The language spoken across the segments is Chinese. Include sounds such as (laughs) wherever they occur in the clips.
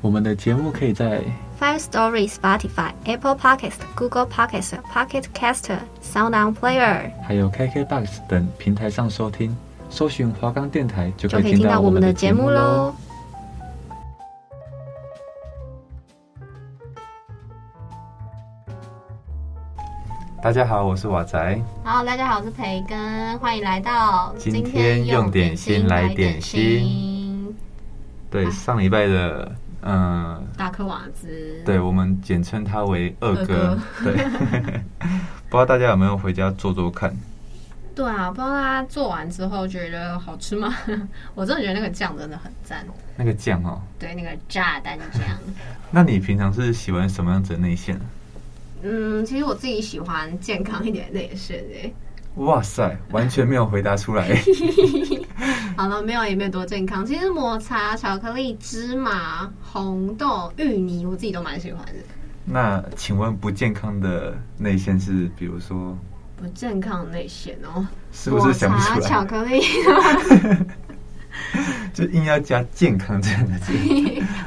我们的节目可以在 Five Story、Spotify、Apple Podcast、Google Podcast、Pocket Caster、Sound On Player 还有 KKBox 等平台上收听，搜寻华冈电台就就可可以以听听到到我我们们的的节节目目喽喽。。大家好，我是瓦仔，好，大家好，我是培根，欢迎来到今天用点心来点心。啊对上礼拜的，嗯、大颗瓦兹，对，我们简称他为二哥二哥。对， (laughs) 不知道大家有没有回家做做看？对啊，不知道大家做完之后觉得好吃吗？ (laughs) 我真的觉得那个酱真的很赞，那个酱哦，对，那个炸弹酱。那你平常是喜欢什么样子的内馅？嗯，其实我自己喜欢健康一点的也是哎、哇塞，完全没有回答出来。好了，没有也没有多健康。其实抹茶、巧克力、芝麻、红豆、芋泥，我自己都蛮喜欢的。那请问不健康的内馅是，比如说，不健康的内馅哦，是不是想不出抹茶、啊巧来？哦克力，就硬要加健康这样的 (laughs) 字？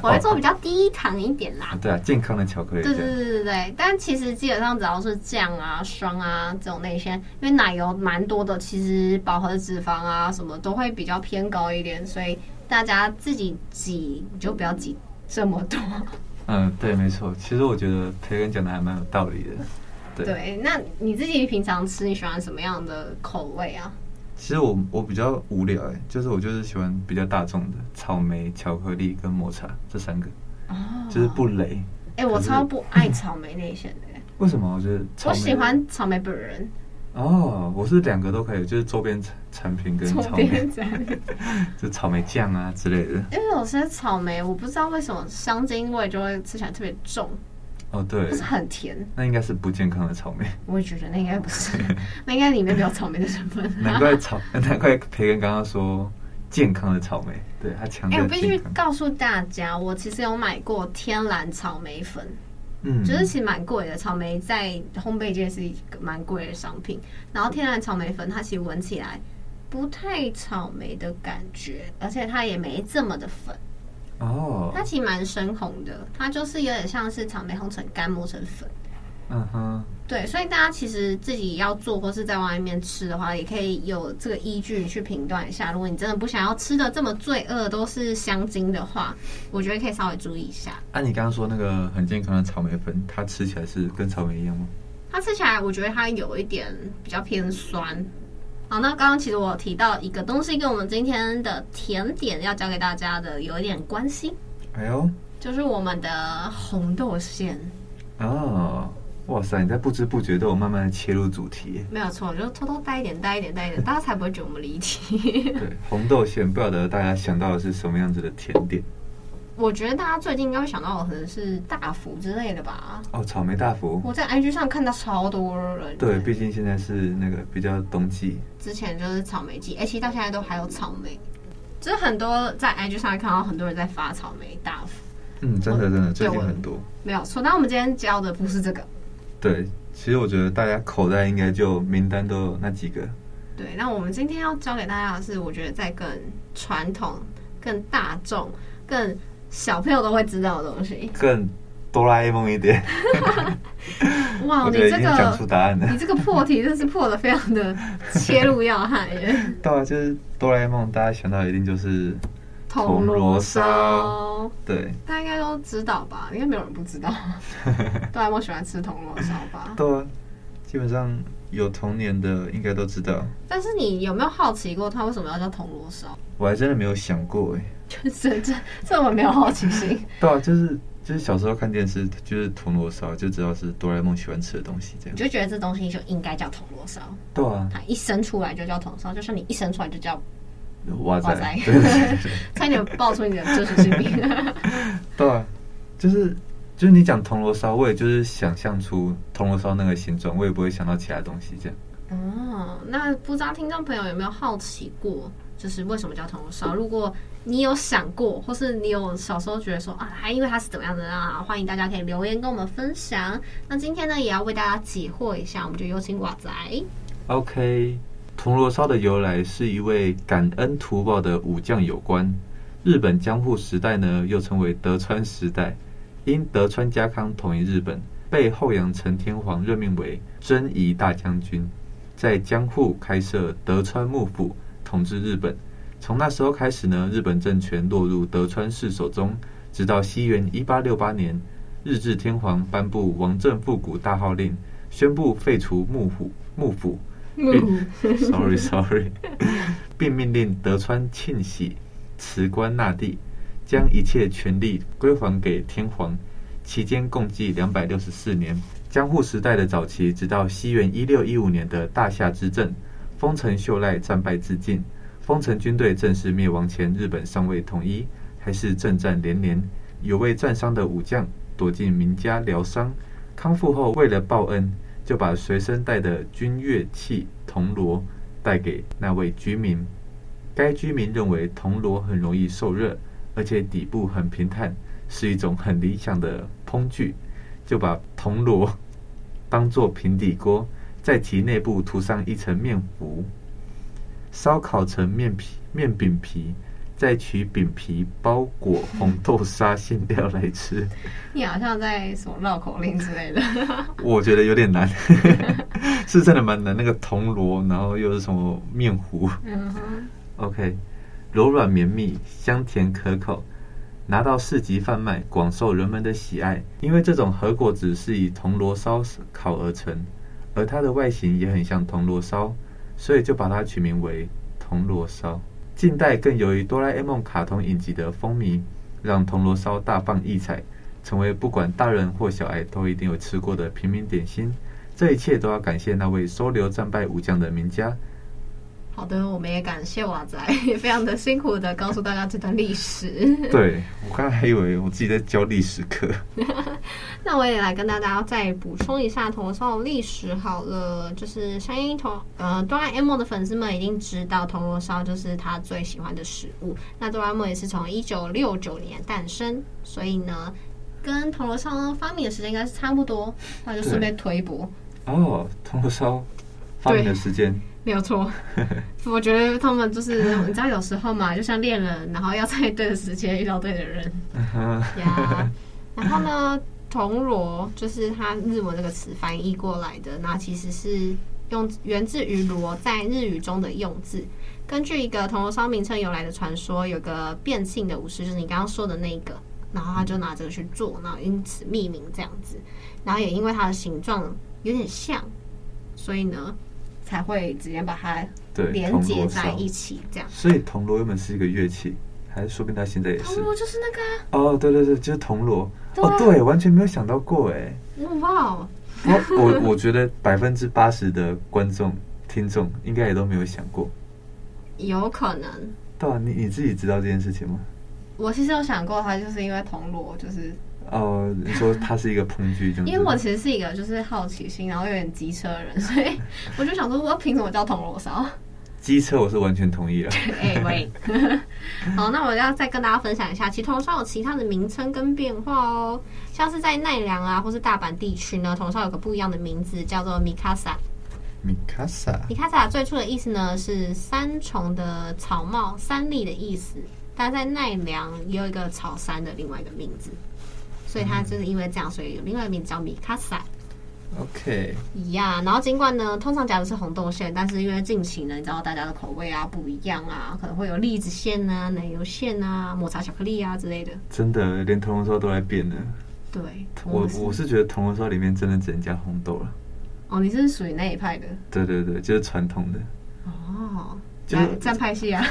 我会做比较低糖一点啦。对啊，健康的巧克力对酱对。对对对，但其实基本上只要是酱啊、霜啊这种内馅，因为奶油蛮多的，其实饱和脂肪啊什么都会比较偏高一点，所以大家自己挤就不要挤这么多。嗯，对，没错。其实我觉得培根讲的还蛮有道理的。对对，那你自己平常吃你喜欢什么样的口味啊？其实我我比较无聊哎、就是我就是喜欢比较大众的草莓、巧克力跟抹茶这三个，哦就是不雷。哎、我可是超不爱草莓内馅的，为什么？我觉得草 (laughs) 我莓喜欢草莓本人，哦，我是两个都可以，就是周边产产品跟周草莓边， (laughs) 这样。就草莓酱啊之类的。因为有些草莓我不知道为什么香精味就会吃起来特别重，哦，对不，是很甜。那应该是不健康的草莓，我也觉得那应该 (laughs) 不是，那应该里面没有草莓的成分。 (laughs) 难怪草，难怪培根刚刚说健康的草莓，对他强哎、调我必须健康。告诉大家，我其实有买过天然草莓粉，嗯就是其实蛮贵的，草莓在烘焙界是一个蛮贵的商品。然后天然草莓粉，它其实闻起来不太草莓的感觉，而且它也没这么的粉，哦，它其实蛮深红的，它就是有点像是草莓烘成干磨成粉。嗯哼，对，所以大家其实自己要做或是在外面吃的话，也可以有这个依据去评断一下。如果你真的不想要吃的这么罪恶，都是香精的话，我觉得可以稍微注意一下。啊，你刚刚说那个很健康的草莓粉，它吃起来是跟草莓一样吗？它吃起来，我觉得它有一点比较偏酸。好，那刚刚其实我有提到一个东西，跟我们今天的甜点要教给大家的有一点关系，哎呦，就是我们的红豆馅，哦，哇塞！你在不知不觉都有慢慢的切入主 (laughs)。题耶没有错，就是偷偷带一点，带一点，带一点，大家才不会觉得我们离题。 (laughs) 对，红豆馅，不晓得大家想到的是什么样子的甜点？我觉得大家最近应该会想到的可能是大福之类的吧。哦，草莓大福。我在 IG 上看到超多人，对，，毕竟现在是那个比较冬季。之前就是草莓季，哎、其实到现在都还有草莓，就是很多在 IG 上看到很多人在发草莓大福，嗯，真的真的，最近我很多。没有错。但我们今天教的不是这个，对，其实我觉得大家口袋应该就名单都有那几个。对。那我们今天要教给大家的是，我觉得在更传统、更大众、更小朋友都会知道的东西。更哆啦 A 梦一点，哇，我你觉得已这经讲出个嗯答案了你。这个破题真是破的非常的切入要害耶。 (laughs) 对啊，就是哆啦 A 梦，大家想到一定就是铜锣烧，对，啊大家应该都知道吧？应该没有人不知道。哆啦 A 梦喜欢吃铜锣烧吧？对啊，基本上有童年的应该都知道。但是你有没有好奇过它为什么要叫铜锣烧？我还真的没有想过哎、就是这这我们没有好奇心。对啊，就是就是小时候看电视，就是铜锣烧，就知道是哆啦 A 梦喜欢吃的东西，这你样。就觉得这东西就应该叫铜锣烧，对啊，它一生出来就叫铜锣烧，就像你一生出来就叫哇塞哇塞，对对 (laughs) 对，差点爆出你的真实姓名。对啊，就是就是你讲铜锣烧，我也就是想象出铜锣烧那个形状，我也不会想到其他东西这样。哦，那不知道听众朋友有没有好奇过，就是为什么叫铜锣烧？如果你有想过，或是你有小时候觉得说啊，它因为它是怎么样的啊，欢迎大家可以留言跟我们分享。那今天呢，也要为大家解惑一下，我们就有请瓦仔。 OK，铜锣烧的由来是一位感恩图报的武将有关。日本江户时代呢，又称为德川时代，因德川家康统一日本，被后阳成天皇任命为征夷大将军，在江户开设德川幕府，统治日本。从那时候开始呢，日本政权落入德川氏手中，直到西元一八六八年，日治天皇颁布王政复古大号令，宣布废除幕府幕府，Sorry (laughs) Sorry，并命令德川庆喜辞官纳地，将一切权力归还给天皇。期间共计两百六十四年，江户时代的早期，直到西元一六一五年的大夏之政，丰臣秀赖战败自尽，丰臣军队正式灭亡前，日本尚未统一，还是阵战连连。有位战伤的武将躲进名家疗伤，康复后为了报恩，就把随身带的军乐器铜锣带给那位居民。该居民认为铜锣很容易受热，而且底部很平坦，是一种很理想的烹具，就把铜锣当做平底锅，在其内部涂上一层面糊，烧烤成面皮面饼皮，再取饼皮包裹红豆沙馅料来吃。你好像在什么绕口令之类的。我觉得有点难， (laughs) 是真的蛮难。那个铜锣，然后又是什么面糊 (laughs) 嗯哼， ？OK，柔软绵密，香甜可口，拿到市集贩卖，广受人们的喜爱。因为这种和果子是以铜锣烧烤而成，而它的外形也很像铜锣烧，所以就把它取名为铜锣烧。近代更由于哆啦 A 梦卡通影集的风靡，让铜锣烧大放异彩，成为不管大人或小孩都一定有吃过的平民点心。这一切都要感谢那位收留战败武将的名家。好的，我们也感谢瓦仔，也非常的辛苦的告诉大家这段历史。 (laughs) 对我刚才还以为我自己在教历史课。那我也来跟大家再补充一下铜锣烧的历史好了，就是相信铜呃哆啦 A 梦的粉丝们一定知道铜锣烧就是他最喜欢的食物。那哆啦 A 梦也是从一九六九年诞生，所以呢，跟铜锣烧发明的时间应该是差不多。那就顺便推一波，哦，铜锣烧发明的时间，没有错。我觉得他们就是你知道有时候嘛，就像恋人，然后要在对的时间遇到对的人。嗯呀， (laughs) 然后呢，铜锣就是它日文这个词翻译过来的，那其实是用源自于“罗”在日语中的用字。根据一个铜锣烧名称由来的传说，有个变性的武士，就是你刚刚说的那个，然后他就拿这个去做，然后因此命名这样子。然后也因为它的形状有点像，所以呢，才会直接把它 (laughs) 对，连铜接锣在烧。一起这样。所以铜锣原本是一个乐器，还是说不定它现在也铜是？锣就是那个啊、哦，对对对，就是铜锣。对啊哦，对，完全没有想到过哎。 (laughs) 哇哦，我我我觉得百分之八十的观众听众应该也都没有想过。有可能。对啊，你你自己知道这件事情吗？我其实有想过，它就是因为铜锣，就是哦，你说它是一个烹具，这样子因为我其实是一个就是好奇心，然后有点机车的人，所以我就想说，我凭什么叫铜锣烧？机车我是完全同意 (laughs) 了。哎、喂，好，那我要再跟大家分享一下，其实铜烧有其他的名称跟变化哦，像是在奈良啊或是大阪地区呢，铜烧有个不一样的名字，叫做米卡萨。米卡萨米卡萨最初的意思呢是三重的草帽、三立的意思，但在奈良也有一个草山的另外一个名字，所以它就是因为这样，所以有另外一个名字叫米卡萨。 ，OK，一样。然后尽管呢，通常夹的是红豆馅，但是因为近期呢，你知道大家的口味啊不一样啊，可能会有栗子馅啊、奶油馅啊、抹茶巧克力啊之类的。真的连铜锣烧都在变了。对，我是我是觉得铜锣烧里面真的只能加红豆了。哦，你是属于那一派的对对对，就是传统 (laughs) 的。哦，就来是站派 (laughs) 系啊。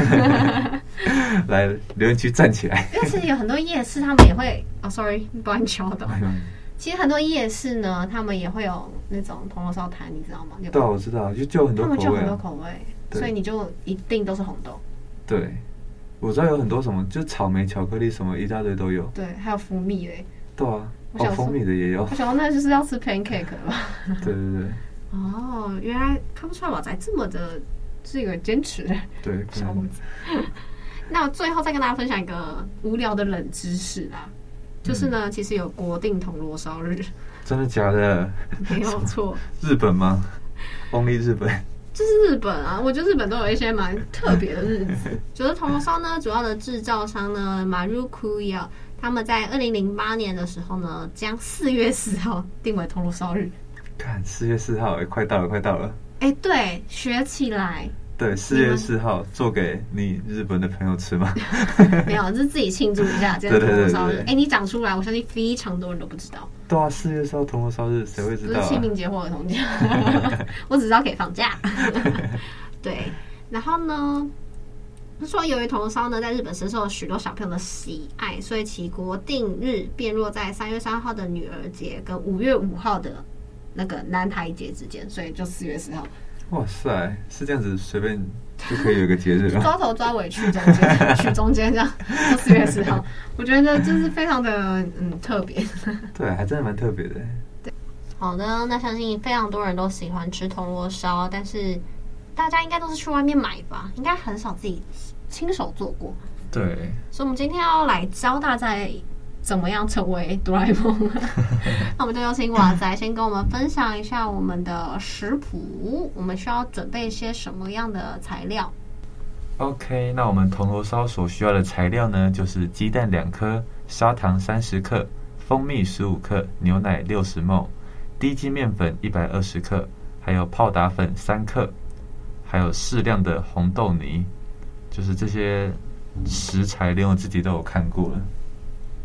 来留言区站起来。因为其实有很多夜市，他们也会哦，sorry，不然敲到。哎呦其实很多夜市呢，他们也会有那种铜锣烧摊，你知道吗？有对啊，我知道，就就有很多他们就口味有很多啊。口味，对所以你就一定都是红豆。对，我知道有很多什么，就草莓、巧克力什么一大堆都有。对，还有蜂蜜嘞。对啊，我哦，想说蜂蜜的也 (laughs) 有我。想说那就是要吃 pancake 了吧？对对对哦，原来康川宝仔这么的这个坚持。对，不小然胡子。那我最后再跟大家分享一个无聊的冷知识啦，就是呢，其实有国定铜锣烧日，真的假的？没有错，日本吗？Only 日本。就是日本啊，我觉得日本都有一些蛮特别的日子。 (laughs) 就是铜锣烧呢，主要的制造商呢，Marukuya，他啊们在二零零八年的时候呢，将四月四号定为铜锣 (laughs) 烧日。看四月四号，哎、快到了，快到了。哎，对，学起来对，四月四号做给你日本的朋友吃 (laughs) 吗？没有，就是自己庆祝一下，这个对对对铜锣烧对日对。哎，你讲出来，我相信非常多人都不知道。对啊，四月四号同谋烧日，谁会不知是道、啊清？明节或儿 (laughs) 童节，我只知道可以放假。对，然后呢，他说由于铜烧呢在日本深受许多小朋友的喜爱，所以其国定日便落在三月三号的女儿节跟五月五号的那个男孩节之间，所以就四月 (laughs) 四号哇塞，是这样子随便就可以有个节日 (laughs) 吗？抓头抓尾去中间，去中间这样，就四月四 (laughs) 号，我觉得就是非常的嗯特别。对，还真的蛮特别的。好的，那相信非常多人都喜欢吃铜锣烧，但是大家应该都是去外面买吧，应该很少自己亲手做过。对，所以，我们今天要来教大家怎么样成为哆啦 A 梦。那我们就有请瓦仔先跟我们分享一下我们的食谱，我们需要准备些什么样的材料？ OK，那我们铜锣烧所需要的材料呢，就是鸡蛋两颗、砂糖三十克、蜂蜜十五克、牛奶六十 ml、低筋面粉一百二十克，还有泡打粉三克，还有适量的红豆泥。就是这些食材，连我自己都有看过了。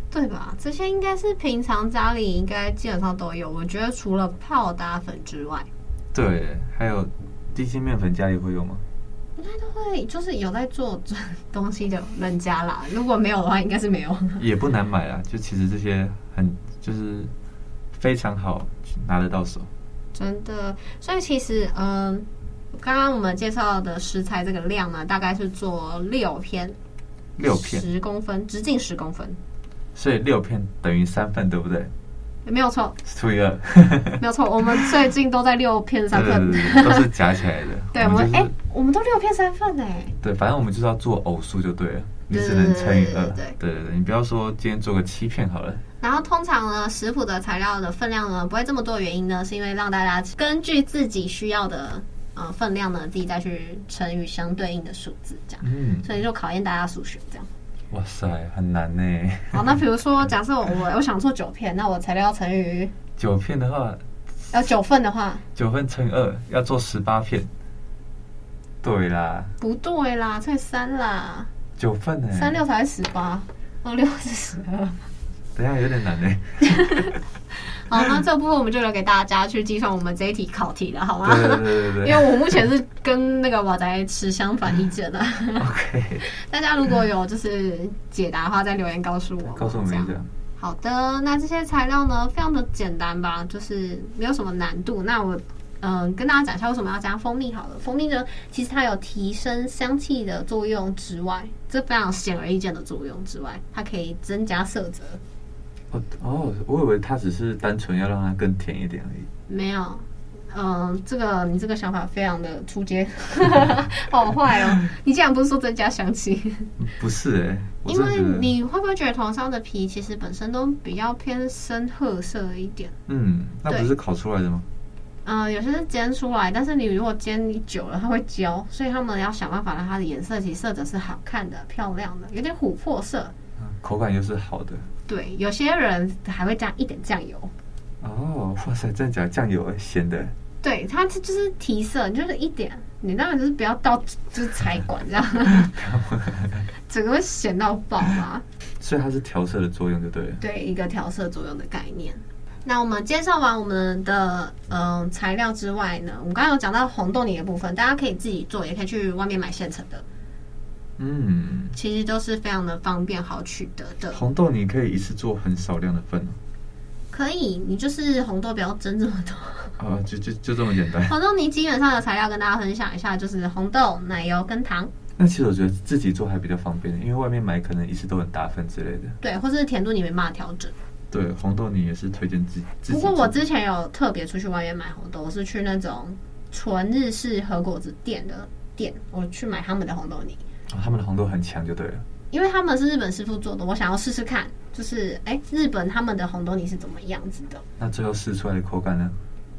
对吧？这些应该是平常家里应该基本上都有。我觉得除了泡打粉之外，对，还有低筋面粉，家里会有吗？应该都会，就是有在做这东西的人家啦。如果没有的话，应该是没有。 (laughs) 也不难买啊，就其实这些很就是非常好拿得到手。真的，所以其实，嗯，刚刚我们介绍的食材这个量呢，大概是做六片，六片，十公分，直径十公分，所以六片等于三份，对不对？没有错，除以二，没有错。我们最近都在六片三对对份，。对，对都是夹起来的 (laughs) 对，嗯我我们们就哎、是我们都六片三份哎、对，反正我们就是要做偶数就对了，你对只能乘以二。对对对对，你不要说今天做个七片好了。然后通常呢，食谱的材料的分量呢不会这么多，原因呢是因为让大家根据自己需要的呃分量呢，自己再去乘以相对应的数字，这样，嗯，所以就考验大家数学这样。哇塞，很难呢。好，那比如说，假设我我我想做九片，那我材料要乘以九片的话，要九份的话，九份乘以二要做十八片。对啦，不对啦，乘以三啦，九份呢、三六才十八，二六是十二。等一下有点难呢、好，那这部分我们就留给大家去计算我们这一题考题了，好吗？对对对对啊因对为我目前是跟那个瓦仔持相反意见的，啊，OK， (laughs) 大家如果有就是解答的话，再留言告诉我，告诉我们一这下。样好的，那这些材料呢，非常的简单吧，就是没有什么难度。那我嗯、呃跟大家讲一下为什么要加蜂蜜好了。蜂蜜呢，其实它有提升香气的作用之外，这非常显而易见的作用之外，它可以增加色泽。哦哦，我以为它只是单纯要让它更甜一点而已。没有，嗯、这个你这个想法非常的出街， (laughs) 好坏哦！你竟然不是说增加香气？不是哎、我因真的为觉得，你会不会觉得头上的皮其实本身都比较偏深褐色一点？嗯，那不是烤出来的吗？嗯、有些是煎出来，但是你如果煎你久了，它会焦，所以他们要想办法让它的颜色其实色泽是好看的、漂亮的，有点琥珀色。嗯口感又是好的。对，有些人还会加一点酱油，哦，哇塞，真的假的？酱油哎、咸的、 (laughs) 对，它这就是提色，就是一点，你当然就是不要到就是菜馆这样， (laughs) 整个会咸到爆啊！所以它是调色的作用就对了。对，一个调色作用的概念。那我们介绍完我们的嗯、呃材料之外呢，我们刚刚有讲到红豆泥的部分，大家可以自己做，也可以去外面买现成的。嗯，其实都是非常的方便好取得的。红豆你可以一次做很少量的份哦可以，你就是红豆不要蒸这么多。 (laughs) 啊，就就就这么简单。红豆泥基本上的材料跟大家分享一下，就是红豆、奶油跟糖。那其实我觉得自己做还比较方便，因为外面买可能一次都很大份之类的。对，或是甜度你没办法调整。对，红豆泥也是推荐自己自己不做。过我之前有特别出去外面买红豆，我是去那种纯日式和果子店的店，我去买他们的红豆泥，哦他们的红豆很强就对了。因为他们是日本师傅做的，我想要试试看，就是哎、日本他们的红豆泥是怎么样子的。那最后试出来的口感呢？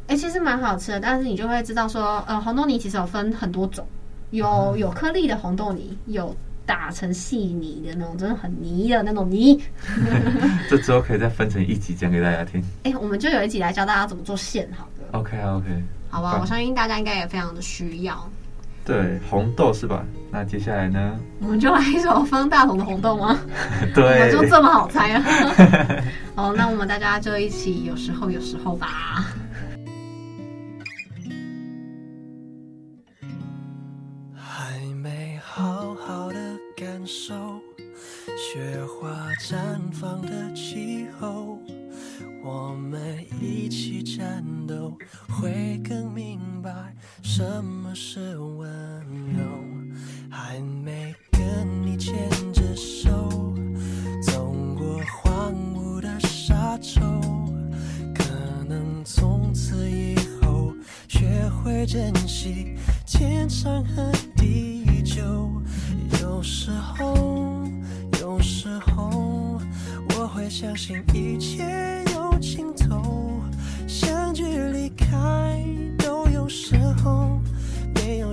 哎、其实蛮好吃的，但是你就会知道说，呃，红豆泥其实有分很多种，有有颗粒的红豆泥，有打成细泥的那种，真的很泥的那种泥。这之后可以再分成一集讲给大家听。哎、我们就有一集来教大家怎么做馅好了， OK 啊 OK，好吧？我相信大家应该也非常的需要。对，红豆是吧？那接下来 (laughs) 呢？我们就来一首方大同的《红豆》吗？ (laughs) 我们对，就这么好猜啊！哦，那我们大家就一起有时候有时候吧。还没好好的感受雪花绽放的气候，我们一起战斗，会更明白什么是温柔。还没跟你牵着手，走过荒芜的沙洲，可能从此以后学会珍惜天长和地久。有时候，有时候，我会相信一切有尽头，相聚离开都有时候，没有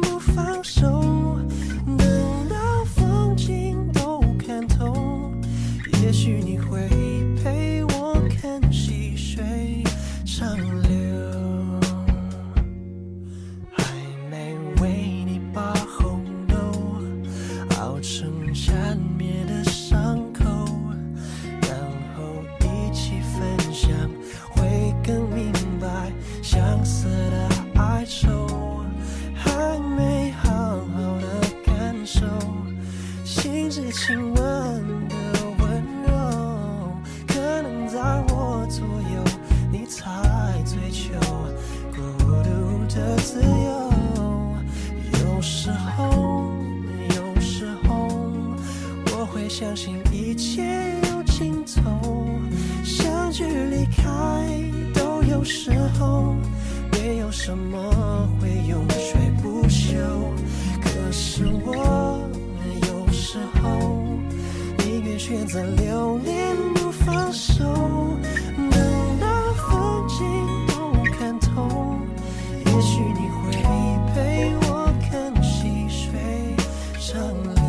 不放手，等到风景都看透，也许你会陪我看细水长流。还没为你把红豆熬成缠绵的伤口，然后一起分享，会更明白相思的哀愁。还没好好的感受，心是亲吻的温柔，可能在我左右，你才追求孤独的自由。有时候，有时候，我会相信一切有尽头，相聚离开都有时候，没有什么会永垂不朽。可是我有时候宁愿选择留恋不放手，等到风景都看透，也许你会陪我看细水长流。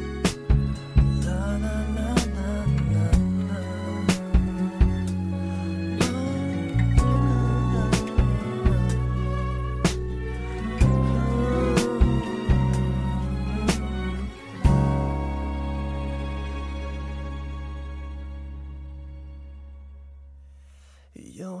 啦啦啦啦啦啦，啦啦啦啦。有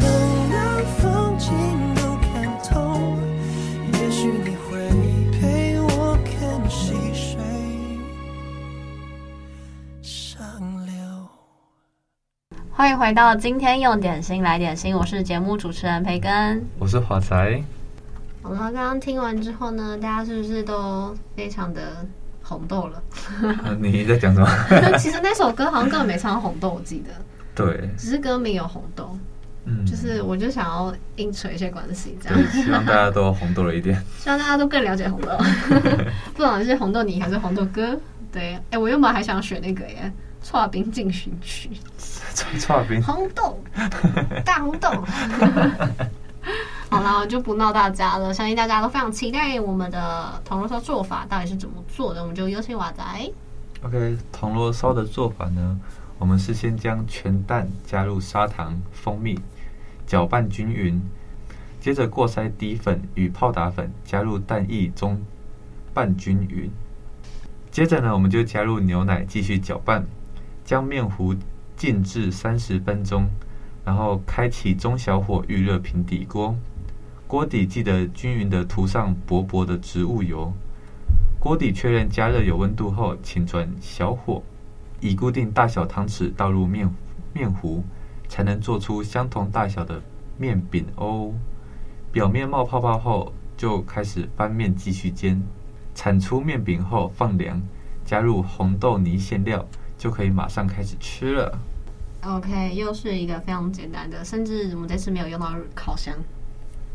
等到风景都看透。也许你会陪我看细水长流。欢迎回到今天用点心来点心，我是节目主持人培根。我是华仔， (laughs) 好了，刚刚听完之后呢，大家是不是都非常的红豆 (laughs) 了？啊你在讲什么？其实那首歌好像根本没唱到红豆，我记得，对，只是歌名有红豆，嗯，就是我就想要硬扯一些关系，这样对，希望大家都红豆了一点。 (laughs) 希望大家都更了解红豆，不管是红豆泥还是红豆歌。对，哎、我原本还想选那个耶，《跨冰进行曲》，串串冰，红豆，大 (laughs) 红豆。好啦，我就不闹大家了，相信大家都非常期待我们的同乐社做法到底是怎么做的，我们就有请瓦仔。 OK，铜锣烧的做法呢，我们是先将全蛋加入砂糖、蜂蜜，搅拌均匀，接着过筛底粉与泡打粉加入蛋液中拌均匀。接着呢，我们就加入牛奶继续搅拌，将面糊浸至三十分钟，然后开启中小火预热平底锅。锅底记得均匀的涂上薄薄的植物油。锅底确认加热有温度后，请转小火，以固定大小汤匙倒入面面糊，才能做出相同大小的面饼哦。表面冒泡泡后，就开始翻面继续煎。铲出面饼后放凉，加入红豆泥馅料，就可以马上开始吃了。 OK，又是一个非常简单的，甚至我们这次没有用到烤箱。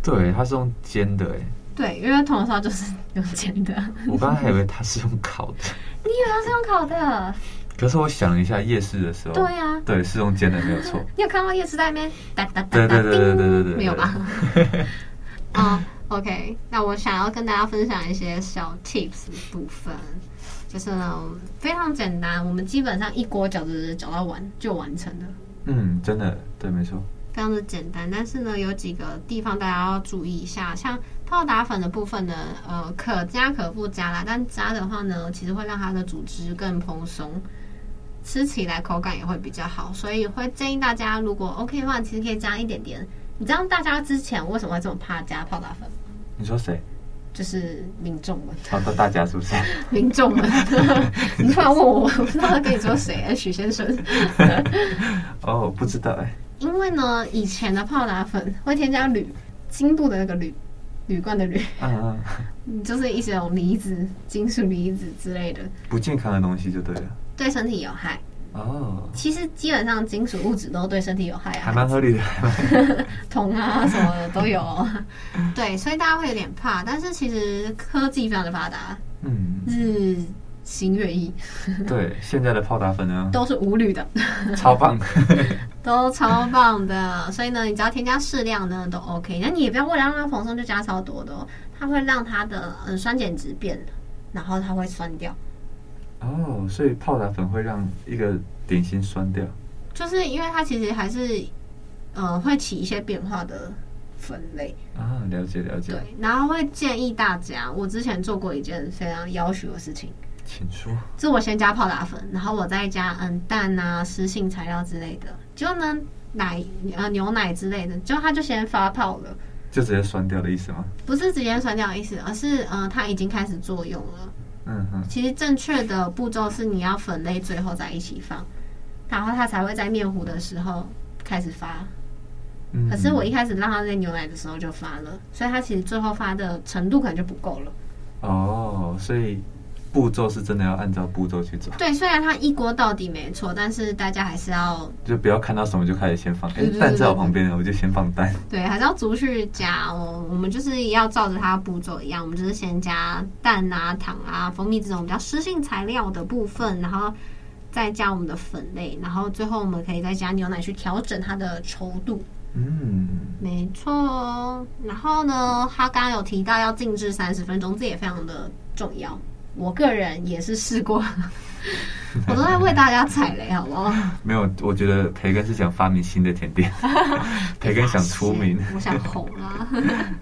对，它是用煎的诶，对，因为铜锣烧就是用煎的，我刚才还以为它是用烤的， (laughs) 你以为它是用烤的？可是我想了一下，夜市的时候，对啊对，是用煎的，没有错。你有看过夜市在那边哒哒哒对哒对对对对对对叮对，没有吧？啊、o k 那我想要跟大家分享一些小 tips 的部分，就是呢非常简单，我们基本上一锅饺子搅到完就完成了，嗯，真的，对，没错。非常的简单。但是呢，有几个地方大家要注意一下，像泡打粉的部分呢，呃，可加可不加啦，但加的话呢，其实会让它的组织更蓬松。吃起来口感也会比较好，所以会建议大家，如果 OK 的话，其实可以加一点点。你知道大家之前为什么会这么怕加泡打粉吗？你说谁？就是民众们，好的，大家是不 (laughs) 是？民众们，你突然问我，我不知道跟你说谁，哎许先生。哦，不知道哎。因为呢，以前的泡打粉会添加铝，金部的那个铝，铝罐的铝，嗯嗯，就是一种离子、金属离子之类的，不健康的东西就对了。对身体有害。哦，其实基本上金属物质都对身体有害啊，还蛮合理的，还蛮合理的。铜啊什么的都有。 (laughs) 对，所以大家会有点怕，但是其实科技非常的发达，嗯，日新月异，对，现在的泡打粉呢，都是无铝的。超棒。 (laughs) 都超棒的，所以呢，你只要添加适量呢都 OK。那你也不要为了让它蓬松就加超多的、哦，它会让它的嗯酸碱值变了，然后它会酸掉。哦，所以泡打粉会让一个点心酸掉。就是因为它其实还是呃会起一些变化的分类，啊，了解了解对，。然后会建议大家，我之前做过一件非常要求的事情，请说。是我先加泡打粉，然后我再加嗯蛋啊、湿性材料之类的，结果呢奶呃牛奶之类的，结果它就先发泡了。就直接酸掉的意思吗？不是直接酸掉的意思，而是呃，它已经开始作用了。嗯嗯，其实正确的步骤是你要粉类最后再一起放，然后它才会在面糊的时候开始发。嗯可是我一开始让它在牛奶的时候就发了，所以它其实最后发的程度可能就不够了。哦，所以步骤是真的要按照步骤去走，对，虽然它一锅到底没错，但是大家还是要就不要看到什么就开始先放，哎对对，对蛋在我旁边了，我就先放蛋。对，还是要逐序加哦。我们就是要照着它的步骤一样，我们就是先加蛋啊、糖啊、蜂蜜这种比较湿性材料的部分，然后再加我们的粉类，然后最后我们可以再加牛奶去调整它的稠度。嗯，没错哦。然后呢，他刚刚有提到要静置三十分钟，这也非常的重要。我个人也是试过， (laughs) 我都在为大家踩雷，好不好？没有，我觉得培根是想发明新的甜 (laughs) 点，培根想出名。我想红啊！ (laughs)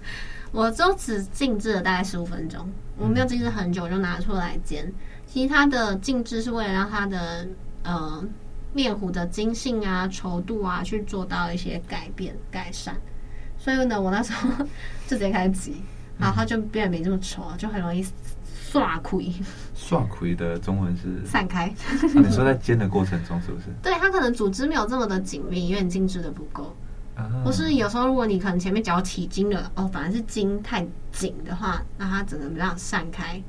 我就只静置了大概十五分钟，我没有静置很久，就拿出来煎。其实它的静置是为了让它的呃面糊的筋性啊、稠度啊去做到一些改变改善。所以呢，我那时候 (laughs) 就直接开始挤，然后它就变得没这么稠，啊就很容易刷溃涮葵的中文是、散开。啊你说在煎的过程中是不是？对，它可能组织没有这么的紧密，因为你静置的不够。啊，或是有时候如果你可能前面只要起筋了，哦，反而是筋太紧的话，那它整个没办法散开，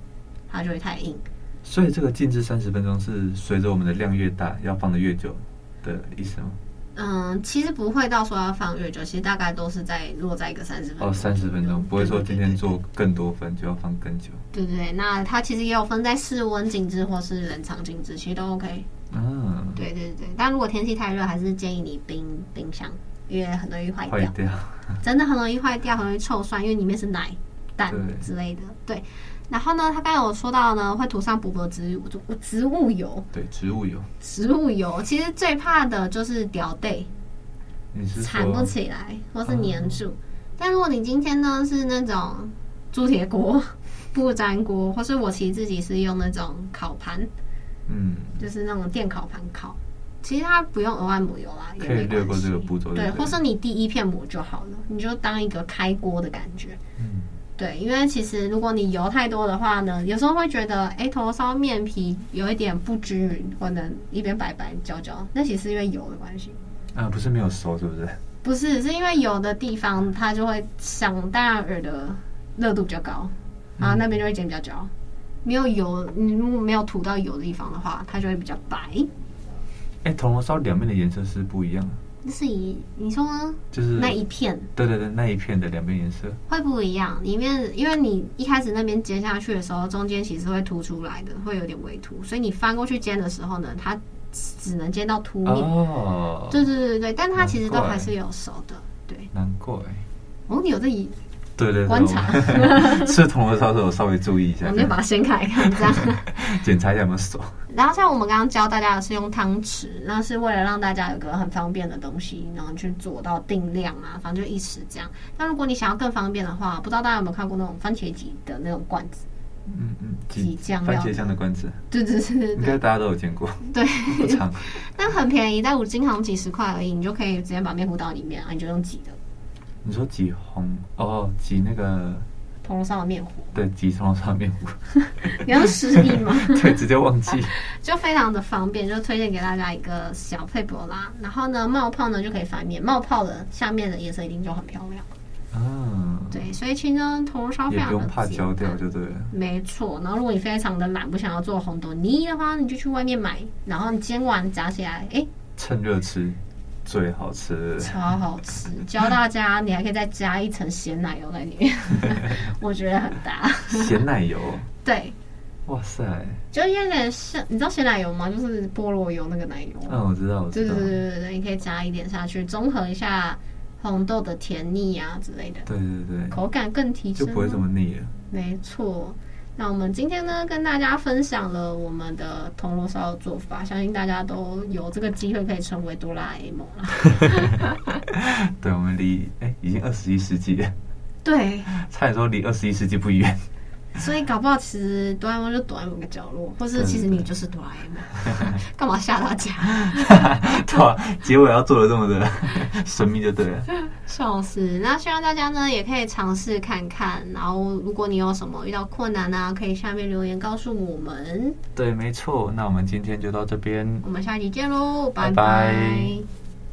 它就会太硬。所以这个静置三十分钟是随着我们的量越大，要放的越久的意思吗？嗯，其实不会到说要放越久，其实大概都是在落在一个三十分钟。哦，三十分钟，不会说今天做更多分就要放更久。对对对，那它其实也有分在室温静置或是冷藏静置，其实都 OK。啊，对对对，但如果天气太热，还是建议你冰冰箱，因为很容易坏坏掉，掉。真的很容易坏掉，很容易臭酸，因为里面是奶。蛋对之类的。对，然后呢，他刚才有说到呢，会涂上薄薄植物植物油，对，植物油，植物油其实最怕的就是掉 day 你是缠不说起来或是粘住。但如果你今天呢是那种铸铁锅、不粘锅，或是我其实自己是用那种烤盘，嗯，就是那种电烤盘烤。其实它不用额外抹油啦，也可以没略关过这系个步骤就对，对或了是你第一片抹就好了，你就当一个开锅的感觉。嗯，对，因为其实如果你油太多的话呢，有时候会觉得，哎，头烧面皮有一点不均匀，或者一边白白焦焦，那其实是因为油的关系，啊，不是没有熟，是不是？不是，是因为有的地方它就会想当然耳的热度比较高，嗯然后那边就会煎比较焦。没有油，你如果没有涂到油的地方的话，它就会比较白。哎，铜锣烧两面的颜色是不一样的，那是一，你说呢？就是那一片对对对，那一片的两边颜色，会不一样，里面因为你一开始那边煎下去的时候，中间其实会凸出来的，会有点微凸，所以你翻过去煎的时候呢，它只能煎到凸面。哦，对对对对对，但它其实都难怪还是有熟的。对，难怪，哦，你有这一，对对对，观察 (laughs) 我吃铜锣烧的时候稍微注意一我下，们就把它掀开看这样。检查一下有没有熟，然后像我们刚刚教大家的是用汤匙，那是为了让大家有个很方便的东西，然后去做到定量啊，反正就一匙这样。那如果你想要更方便的话，不知道大家有没有看过那种番茄鸡的那种罐子？嗯嗯，挤酱番料茄的酱的罐子，对对对对应对该大家都有见过，对。不长，但很便宜，在五金行几十块而已，你就可以直接把面糊倒里面啊，你就用挤的 (laughs) 你说挤红哦，挤那个铜锣烧的面糊，对，挤铜锣烧面糊，你要失忆 (laughs) 吗？ (laughs) 对，直接忘 (laughs) 记，就非常的方便，就推荐给大家一个小配博啦。然后呢，冒泡呢就可以翻面，冒泡的下面的颜色一定就很漂亮。嗯，对，所以其实呢铜锣烧非也常不的用怕简焦掉单就对了。没错，然后如果你非常的懒，不想要做红豆泥的话，你就去外面买，然后你煎完夹起来，哎，趁热吃最好吃。超好吃。教大家，你还可以再加一层咸奶油在里面， (laughs) 我觉得很搭。咸奶 (laughs) 油，对，哇塞！就有点像，你知道鲜奶油吗？就是菠萝油那个奶油。嗯，我知道，我对知对道。对对对对，你可以加一点下去，综合一下红豆的甜腻啊之类的，对对对口感更提就升、不会这么腻了。没错。那我们今天呢，跟大家分享了我们的铜锣烧的做法，相信大家都有这个机会可以成为哆啦 A 梦了。对，我们离哎已经二十一世纪了，对，差点说离二十一世纪不远。 (laughs) 所以搞不好其实哆啦 A 梦就躲在某个角落，或是其实你就是哆啦 A (laughs) 梦，干嘛吓大家？对吧？结尾要做的这么的 (laughs) 神秘就对了。笑死！那希望大家呢也可以尝试看看，然后如果你有什么遇到困难啊，可以下面留言告诉我们。对，没错。那我们今天就到这边。我们下期见喽，拜拜拜